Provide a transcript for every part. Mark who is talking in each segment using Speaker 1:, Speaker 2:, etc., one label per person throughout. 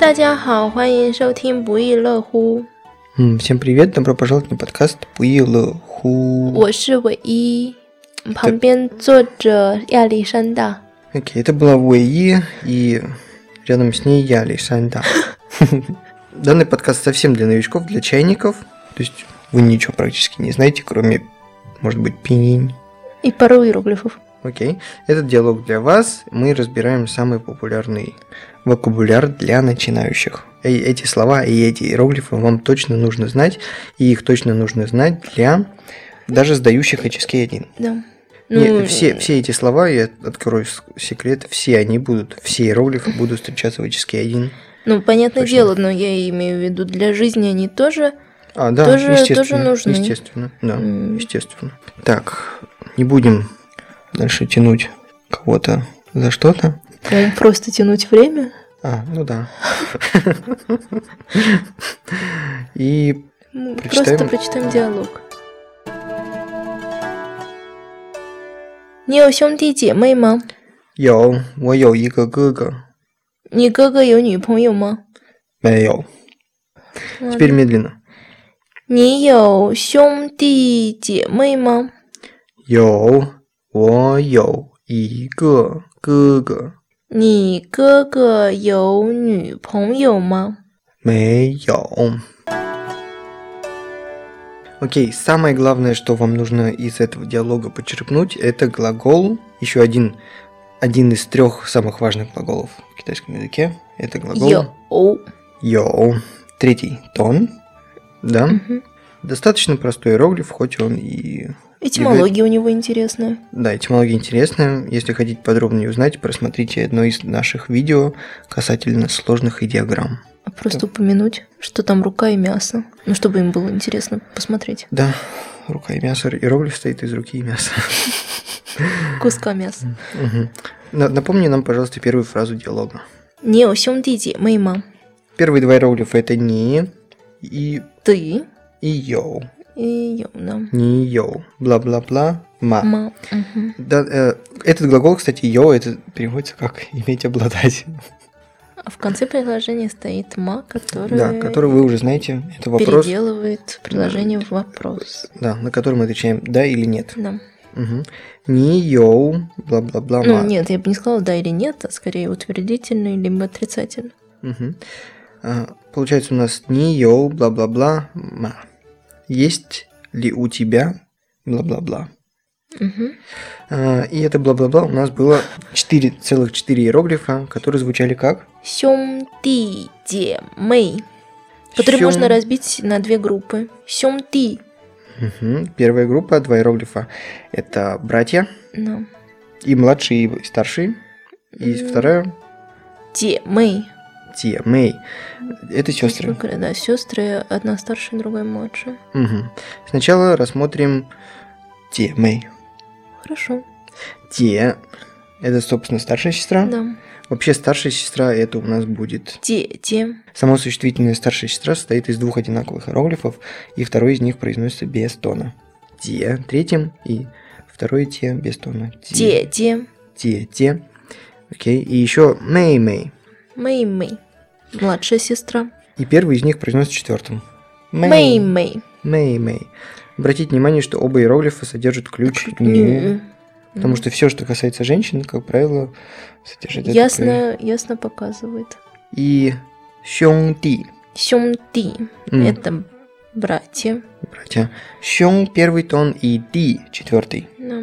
Speaker 1: 大家好，欢迎收听不亦乐乎，
Speaker 2: 嗯，всем привет, добро пожаловать на подкаст Пуила Ху.
Speaker 1: 我是唯一，旁边坐着亚历山大。
Speaker 2: Окей, это была Уэйи, и рядом с ней я, Лишанда. Данный подкаст совсем для новичков, для чайников. То есть вы ничего практически не знаете, кроме, может быть, пининь.
Speaker 1: И пару иероглифов.
Speaker 2: Окей, этот диалог для вас. Мы разбираем самый популярный вокабуляр для начинающих. Э- Эти слова и эти иероглифы вам точно нужно знать, и их точно нужно знать для даже сдающих HSK1.
Speaker 1: Да. Ну,
Speaker 2: Не, все,
Speaker 1: э,
Speaker 2: все эти слова, я открою с- секрет, все они будут, все иероглифы будут встречаться в HSK1.
Speaker 1: ну, понятное
Speaker 2: точно.
Speaker 1: дело, но я имею в виду, для жизни они тоже.
Speaker 2: А, да,
Speaker 1: Тоже- тоже
Speaker 2: естественно.
Speaker 1: нужны.
Speaker 2: Естественно, да,
Speaker 1: М.
Speaker 2: естественно. Так, не будем дальше тянуть кого-то за что-то.
Speaker 1: Прям просто тянуть время.
Speaker 2: А, ну да. И
Speaker 1: Мы
Speaker 2: Прочитаем?
Speaker 1: Ну, Просто прочитаем диалог.你有兄弟姐妹吗？
Speaker 2: 有，我有一个哥哥。
Speaker 1: 你哥哥有女朋友吗？
Speaker 2: 没有。Теперь медленно.
Speaker 1: 你有兄弟姐妹吗？
Speaker 2: 有，我有一个哥哥。
Speaker 1: 你哥哥有女朋友吗？
Speaker 2: 没有。Окей, самое главное, что вам нужно из этого диалога почерпнуть, это глагол, еще один, один из трех самых важных глаголов в китайском языке. Это глагол
Speaker 1: 有
Speaker 2: йоу. Третий тон, да?
Speaker 1: Мгм.
Speaker 2: Достаточно простой иероглиф, хоть он и...
Speaker 1: Этимология у него интересная.
Speaker 2: Да, этимология интересная. Если хотите подробнее узнать, просмотрите одно из наших видео касательно сложных и диаграмм.
Speaker 1: А Просто упомянуть, что там рука и мясо. Ну, чтобы им было интересно посмотреть.
Speaker 2: Да, рука и мясо. Иероглиф стоит из руки и мяса.
Speaker 1: Куска мяса.
Speaker 2: Мгм. На- Напомни нам, пожалуйста, первую фразу диалога.
Speaker 1: 你有兄弟姐妹吗？
Speaker 2: Первые два иероглифа это не и
Speaker 1: 对，
Speaker 2: и йоу,
Speaker 1: 也有呢。
Speaker 2: не йоу, бла-бла-бла, ма.
Speaker 1: 妈，嗯哼，
Speaker 2: Да, э, этот глагол, кстати, йоу, это переводится как иметь обладать.
Speaker 1: а в конце приложения стоит ма, которая
Speaker 2: Да, который вы уже знаете, это вопрос,
Speaker 1: переделывает приложение в вопрос.
Speaker 2: да, на который мы отвечаем да или нет.
Speaker 1: Да.
Speaker 2: Мгм. Не йоу, бла-бла-бла,
Speaker 1: Ну,
Speaker 2: ма.
Speaker 1: нет, я бы не сказала да или нет, а скорее утвердительно либо отрицательно.
Speaker 2: Мгм. А, Получается у нас не йоу, бла-бла-бла, ма. Есть ли у тебя бла-бла-бла?
Speaker 1: Мгм.
Speaker 2: А, И это бла-бла-бла у нас было 4,4 иероглифа, которые звучали как?
Speaker 1: 兄弟姐妹которые
Speaker 2: Сём-
Speaker 1: можно разбить на две группы. 兄弟
Speaker 2: Мгм. Первая группа, два иероглифа, это братья,
Speaker 1: ну,
Speaker 2: и младшие, и старшие. И
Speaker 1: М.
Speaker 2: вторая,
Speaker 1: 姐妹
Speaker 2: те, мэй, это сестры.
Speaker 1: Сколько, да, сестры, одна старшая, другая младшая.
Speaker 2: Мгм. Сначала рассмотрим те, мэй.
Speaker 1: Хорошо,
Speaker 2: Те, это, собственно, старшая сестра.
Speaker 1: да.
Speaker 2: Вообще, старшая сестра, это у нас будет
Speaker 1: Дети.
Speaker 2: Само существительное старшая сестра состоит из двух одинаковых иероглифов, и второй из них произносится без тона. Те третьим и второй те без тона. Те,
Speaker 1: Дети.
Speaker 2: те, те. Окей, и еще мэй мэй.
Speaker 1: Мэй Мэй. Младшая сестра.
Speaker 2: И первый из них произносится четвертым.
Speaker 1: Мэй Мэй.
Speaker 2: Мэй мэй. Обратите внимание, что оба иероглифа содержат ключ «ню», потому что все, что касается женщин, как правило, содержит этот ключ.
Speaker 1: Ясно, ясно показывает.
Speaker 2: И сёнти.
Speaker 1: Сёмти.
Speaker 2: М,
Speaker 1: Это братья.
Speaker 2: Братья. Сён первый тон и ти четвертый.
Speaker 1: Да.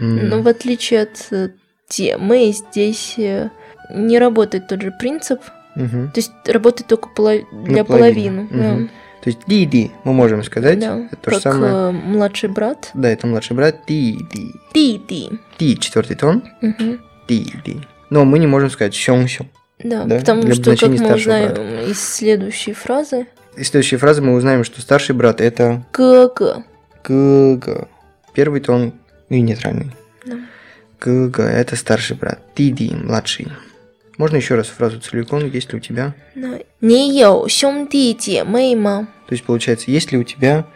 Speaker 2: М.
Speaker 1: Но в отличие от э, темы, здесь э, не работает тот же принцип.
Speaker 2: Мгм.
Speaker 1: То есть работает только поло- для половины.
Speaker 2: половину. Мгм. То есть Диди мы можем
Speaker 1: Да.
Speaker 2: сказать.
Speaker 1: Да.
Speaker 2: Это то же
Speaker 1: Как
Speaker 2: самое.
Speaker 1: э, младший брат.
Speaker 2: Да, это младший брат Диди.
Speaker 1: Диди.
Speaker 2: Ти четвертый тон.
Speaker 1: Мгм.
Speaker 2: Диди. Но мы не можем сказать сён сён.
Speaker 1: Да,
Speaker 2: Да,
Speaker 1: потому
Speaker 2: для
Speaker 1: что, как
Speaker 2: обозначения
Speaker 1: мы
Speaker 2: старшего
Speaker 1: узнаем из следующей фразы,
Speaker 2: Из следующей фразы мы узнаем, что старший брат это
Speaker 1: ГГ.
Speaker 2: Гга. Первый тон и нейтральный.
Speaker 1: Да.
Speaker 2: Гга это старший брат. Диди младший. Можно еще раз фразу целиком, есть ли у тебя?
Speaker 1: Да. Не ел сёмди темы ма.
Speaker 2: То есть получается, есть ли у тебя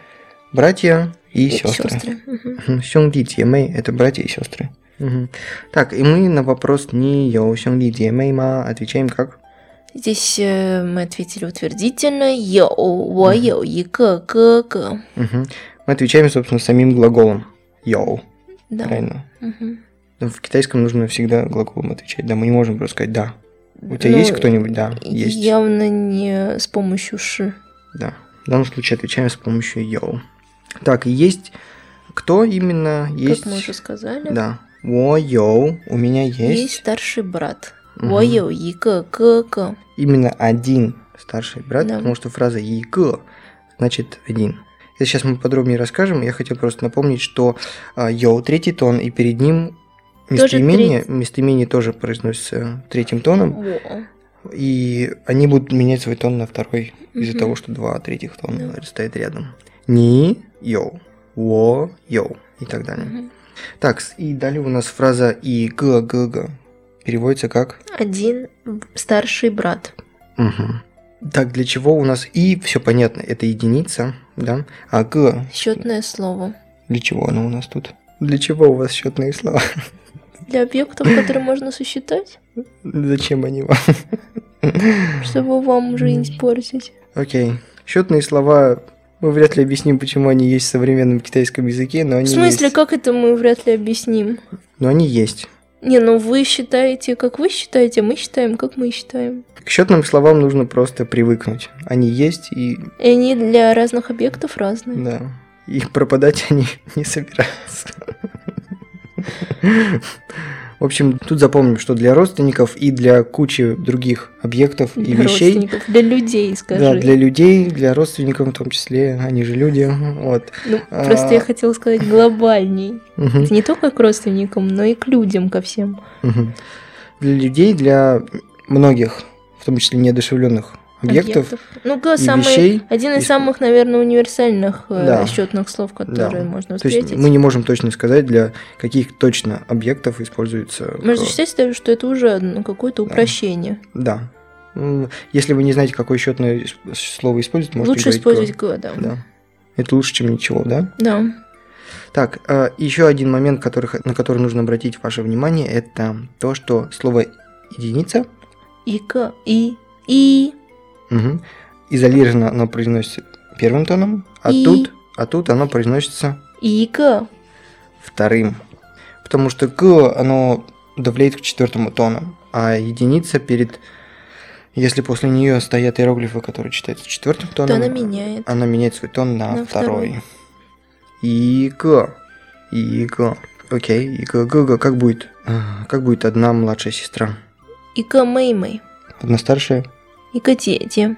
Speaker 2: братья и сестры?
Speaker 1: Сестры. Мгм.
Speaker 2: Сёнгди Тьемэй – это братья и сестры. Так, и мы на вопрос «Ни йоу сёнгди Тьемэй ма» отвечаем как
Speaker 1: Здесь э, мы ответили утвердительно. Йо, во йо и г, г, г.
Speaker 2: Мгм. Мы отвечаем, собственно, самим глаголом. Йоу.
Speaker 1: Да.
Speaker 2: Правильно.
Speaker 1: Мгм.
Speaker 2: Но В китайском нужно всегда глаголом отвечать. Да, мы не можем просто сказать да. У тебя
Speaker 1: Ну,
Speaker 2: есть кто-нибудь? Да, есть.
Speaker 1: Явно не с помощью ши.
Speaker 2: Да. В данном случае отвечаем с помощью йоу. Так, есть кто именно? Есть.
Speaker 1: Как мы уже сказали.
Speaker 2: Да. Во йоу. У меня есть.
Speaker 1: Есть, старший брат.
Speaker 2: Мгм.
Speaker 1: Во йо и г, г, г.
Speaker 2: Именно один старший брат,
Speaker 1: Да.
Speaker 2: потому что фраза «иго» значит «один». Это сейчас мы подробнее расскажем. Я хотел просто напомнить, что а, йоу третий тон, и перед ним
Speaker 1: Тоже
Speaker 2: местоимение, местоимение тоже произносится третьим тоном,
Speaker 1: Во.
Speaker 2: и они будут менять свой тон на второй из-за
Speaker 1: Мгм.
Speaker 2: того, что два третьих тона
Speaker 1: Да.
Speaker 2: стоят рядом. Ни йоу, во йоу и так далее.
Speaker 1: Мгм.
Speaker 2: Так, с- и далее у нас фраза и г г г переводится как
Speaker 1: Один старший брат.
Speaker 2: Мгм. Так, для чего у нас и все понятно, это единица, да? А г
Speaker 1: Счетное слово.
Speaker 2: для чего оно у нас тут? Для чего у вас счетные слова?
Speaker 1: Для объектов, которые можно сосчитать,
Speaker 2: Зачем они вам?
Speaker 1: чтобы вам жизнь портить.
Speaker 2: Окей. Счетные слова мы вряд ли объясним, почему они есть в современном китайском языке, но
Speaker 1: В
Speaker 2: они
Speaker 1: смысле,
Speaker 2: есть.
Speaker 1: как это мы вряд ли объясним?
Speaker 2: Но они есть.
Speaker 1: Не, ну вы считаете, как вы считаете, а мы считаем, как мы считаем.
Speaker 2: К счетным словам нужно просто привыкнуть. Они есть и
Speaker 1: И они для разных объектов разные.
Speaker 2: да. И пропадать они не собираются. В общем, тут запомним, что для родственников и для кучи других объектов и
Speaker 1: Для
Speaker 2: вещей
Speaker 1: родственников, для людей, скажи.
Speaker 2: Да, для людей, для родственников в том числе, они же люди, вот.
Speaker 1: Ну,
Speaker 2: А.
Speaker 1: просто я хотела сказать глобальней.
Speaker 2: Мгм,
Speaker 1: Это не только к родственникам, но и к людям ко всем.
Speaker 2: мгм. Для людей, для многих, в том числе неодушевленных объектов,
Speaker 1: Ну, га,
Speaker 2: и
Speaker 1: самый,
Speaker 2: вещей,
Speaker 1: один из
Speaker 2: и-
Speaker 1: самых, наверное, универсальных
Speaker 2: Да.
Speaker 1: счетных слов, которые можно
Speaker 2: то есть
Speaker 1: встретить.
Speaker 2: мы не можем точно сказать, для каких точно объектов используется...
Speaker 1: Можно
Speaker 2: к-
Speaker 1: считать, даже, что это уже ну, какое-то
Speaker 2: Да.
Speaker 1: упрощение.
Speaker 2: Да. М, Если вы не знаете, какое счетное с- слово использовать, можете
Speaker 1: Лучше
Speaker 2: говорить «к».
Speaker 1: использовать га, да.
Speaker 2: Да. Это лучше, чем ничего, да?
Speaker 1: Да.
Speaker 2: Так, еще один момент, который, х- на который нужно обратить ваше внимание, это то, что слово единица
Speaker 1: И ка, и, и,
Speaker 2: мгм, изолировано оно произносится первым тоном, а
Speaker 1: И.
Speaker 2: тут, а тут оно произносится
Speaker 1: и ка.
Speaker 2: вторым. Потому что к оно давляет к четвертому тону, а единица перед. Если после нее стоят иероглифы, которые читаются четвертым
Speaker 1: То
Speaker 2: тоном,
Speaker 1: она меняет.
Speaker 2: она меняет свой тон на,
Speaker 1: На
Speaker 2: второй.
Speaker 1: второй.
Speaker 2: И г. И г. Окей, и г, г, г. Как будет? А, Как будет одна младшая сестра?
Speaker 1: И ка мэй мэй.
Speaker 2: Одна старшая,
Speaker 1: И ка дети.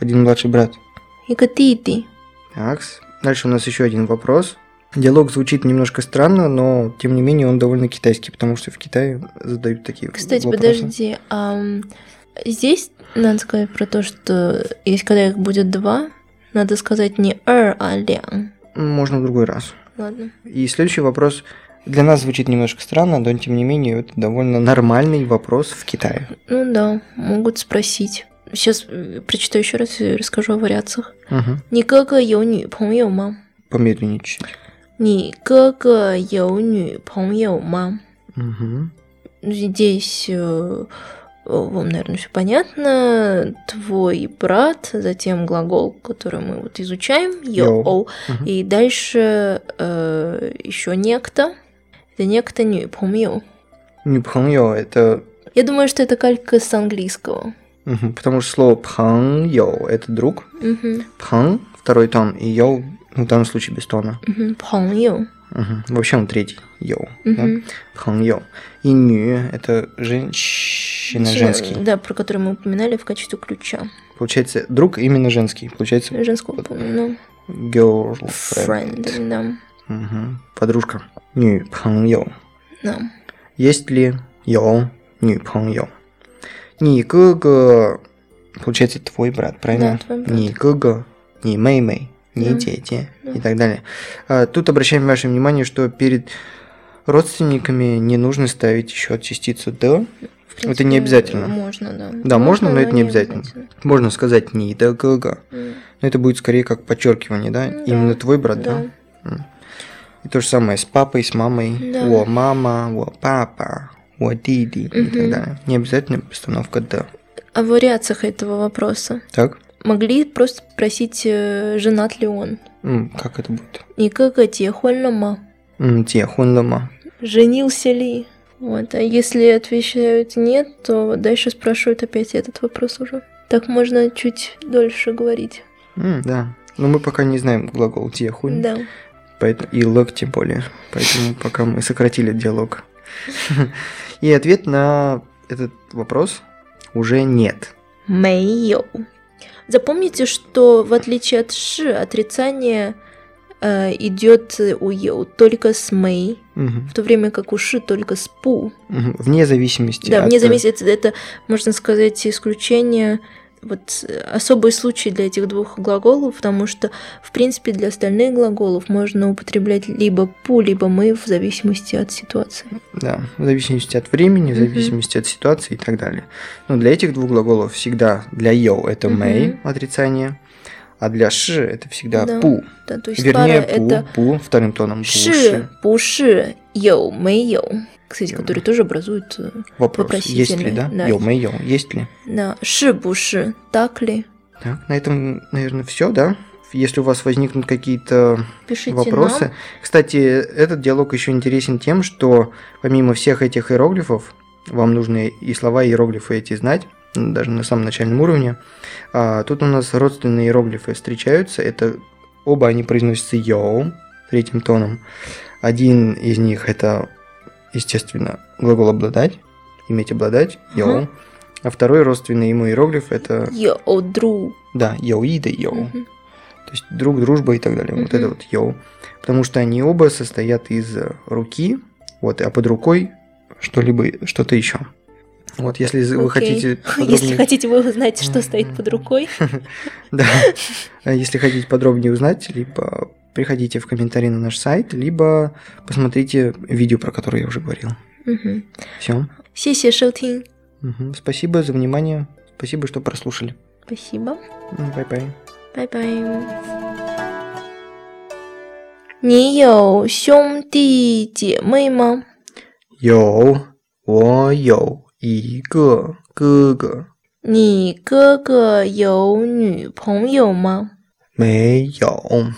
Speaker 2: один младший брат.
Speaker 1: И ка ты ты.
Speaker 2: Такс. Дальше у нас еще один вопрос. Диалог звучит немножко странно, но тем не менее он довольно китайский, потому что в Китае задают такие
Speaker 1: Кстати,
Speaker 2: вопросы.
Speaker 1: подожди, а м, здесь надо сказать про то, что если когда их будет два, надо сказать не эр, а лян.
Speaker 2: Можно в другой раз.
Speaker 1: Ладно.
Speaker 2: И следующий вопрос для нас звучит немножко странно, но тем не менее это довольно нормальный вопрос в Китае.
Speaker 1: Ну да, могут спросить. Сейчас э, прочитаю еще раз и расскажу о вариациях.
Speaker 2: Угу.
Speaker 1: 你哥哥有女朋友吗？
Speaker 2: Помедленнее чуть-чуть.
Speaker 1: 你哥哥有女朋友吗
Speaker 2: Мгм.
Speaker 1: Здесь э, э, вам, наверное, все понятно. Твой брат, затем глагол, который мы вот изучаем,
Speaker 2: Йоу.
Speaker 1: йоу,
Speaker 2: Мгм.
Speaker 1: и дальше еще некто. Это некто не помню.
Speaker 2: Не пханьо, это...
Speaker 1: Я думаю, что это калька с английского.
Speaker 2: Мгм, Потому что слово пханьо – это друг.
Speaker 1: Мгм,
Speaker 2: Пхан – второй тон, и йоу – в данном случае без тона.
Speaker 1: мгм, Помню.
Speaker 2: Мгм. Вообще он третий, йоу.
Speaker 1: Мгм.
Speaker 2: Пханьо. И ню – это женщина, женский.
Speaker 1: Да, про который мы упоминали в качестве ключа.
Speaker 2: Получается, друг именно женский. Получается,
Speaker 1: Женского помню.
Speaker 2: girlfriend.
Speaker 1: Э, Friend, да.
Speaker 2: Мгм. Подружка. Ню пханьо.
Speaker 1: да.
Speaker 2: Есть ли йоу ню пханьо? Ни гэгэ... Получается, твой брат, правильно?
Speaker 1: Да, твой брат.
Speaker 2: ни ГГ, ни Мэймэй, ни
Speaker 1: Да.
Speaker 2: дети
Speaker 1: Да.
Speaker 2: и так далее. А, Тут обращаем ваше внимание, что перед родственниками не нужно ставить еще частицу «д».
Speaker 1: В
Speaker 2: Это не обязательно.
Speaker 1: Можно, да.
Speaker 2: Да, можно, но это не обязательно. Можно сказать «ни да ГГ»,
Speaker 1: обязательно.
Speaker 2: но это будет скорее как подчеркивание, да?
Speaker 1: Ну да,
Speaker 2: Именно твой брат, да?
Speaker 1: Да.
Speaker 2: И то же самое с папой, с мамой.
Speaker 1: Да.
Speaker 2: О, мама, о, папа, о, диди и так
Speaker 1: Мгм.
Speaker 2: далее. Не обязательно постановка «д».
Speaker 1: о вариациях этого вопроса.
Speaker 2: Так?
Speaker 1: Могли просто спросить, э, женат ли он.
Speaker 2: М, Как это будет?
Speaker 1: 你哥哥结婚了吗?
Speaker 2: М, Тихун лама.
Speaker 1: Женился ли? Вот. А если отвечают нет, то дальше спрашивают опять этот вопрос уже. Так можно чуть дольше говорить.
Speaker 2: М, Да. Но Ну, мы пока не знаем глагол тихун.
Speaker 1: Да.
Speaker 2: Поэтому, и лог тем более. Поэтому пока мы сократили диалог. И ответ на этот вопрос уже нет.
Speaker 1: 没有. Запомните, что в отличие от ши, отрицание э, идет у еу только с мэй,
Speaker 2: Мгм.
Speaker 1: в то время как у ши только с пу.
Speaker 2: Мгм. Вне зависимости.
Speaker 1: Да,
Speaker 2: от- э,
Speaker 1: вне зависимости это, можно сказать, исключение, вот э, особый случай для этих двух глаголов, потому что, в принципе, для остальных глаголов можно употреблять либо пу, либо мы в зависимости от ситуации.
Speaker 2: Да, в зависимости от времени, в
Speaker 1: Мгм.
Speaker 2: зависимости от ситуации и так далее. Но для этих двух глаголов всегда для йоу это
Speaker 1: Мгм.
Speaker 2: мэй, отрицание, а для ши это всегда
Speaker 1: Да.
Speaker 2: пу.
Speaker 1: Да, то есть
Speaker 2: Вернее,
Speaker 1: пара
Speaker 2: пу,
Speaker 1: это
Speaker 2: пу, вторым тоном пу,
Speaker 1: ши,
Speaker 2: ши.
Speaker 1: пу, ши, йоу, мэй, йоу. Кстати,
Speaker 2: Йоу.
Speaker 1: которые тоже образуют э,
Speaker 2: Вопрос, есть ли, да?
Speaker 1: вопросительный, да.
Speaker 2: Йоу, мэй, йоу, есть ли?
Speaker 1: Да, ши буши, так ли?
Speaker 2: Так, на этом, наверное, все, да? Если у вас возникнут какие-то
Speaker 1: Пишите
Speaker 2: вопросы.
Speaker 1: нам.
Speaker 2: Кстати, этот диалог еще интересен тем, что помимо всех этих иероглифов, вам нужно и слова, и иероглифы эти знать, м, даже на самом начальном уровне. А, тут у нас родственные иероглифы встречаются. Это оба они произносятся йоу третьим тоном. Один из них это, естественно, глагол обладать, иметь обладать, йоу.
Speaker 1: Мгм.
Speaker 2: А второй родственный ему иероглиф это
Speaker 1: Йоу, друг.
Speaker 2: да, йоу и да йоу.
Speaker 1: Мгм.
Speaker 2: То есть друг, дружба и так далее. Вот
Speaker 1: Мгм.
Speaker 2: это вот йоу. Потому что они оба состоят из э, руки, вот, а под рукой что-либо, что-то еще. Вот, если з- вы
Speaker 1: Окей.
Speaker 2: хотите
Speaker 1: Если
Speaker 2: подробнее-
Speaker 1: хотите, вы узнаете, что стоит
Speaker 2: Мгм.
Speaker 1: под рукой.
Speaker 2: Да. А Если хотите подробнее узнать, либо приходите в комментарии на наш сайт, либо посмотрите видео, про которое я уже говорил.
Speaker 1: Мгм.
Speaker 2: Все.
Speaker 1: 谢谢收听.
Speaker 2: Спасибо за внимание. Спасибо, что прослушали.
Speaker 1: Спасибо.
Speaker 2: М, Бай-бай.
Speaker 1: 拜拜。你有兄弟姐妹吗？
Speaker 2: 有，我有一个哥哥。
Speaker 1: 你哥哥有女朋友吗？
Speaker 2: 没有，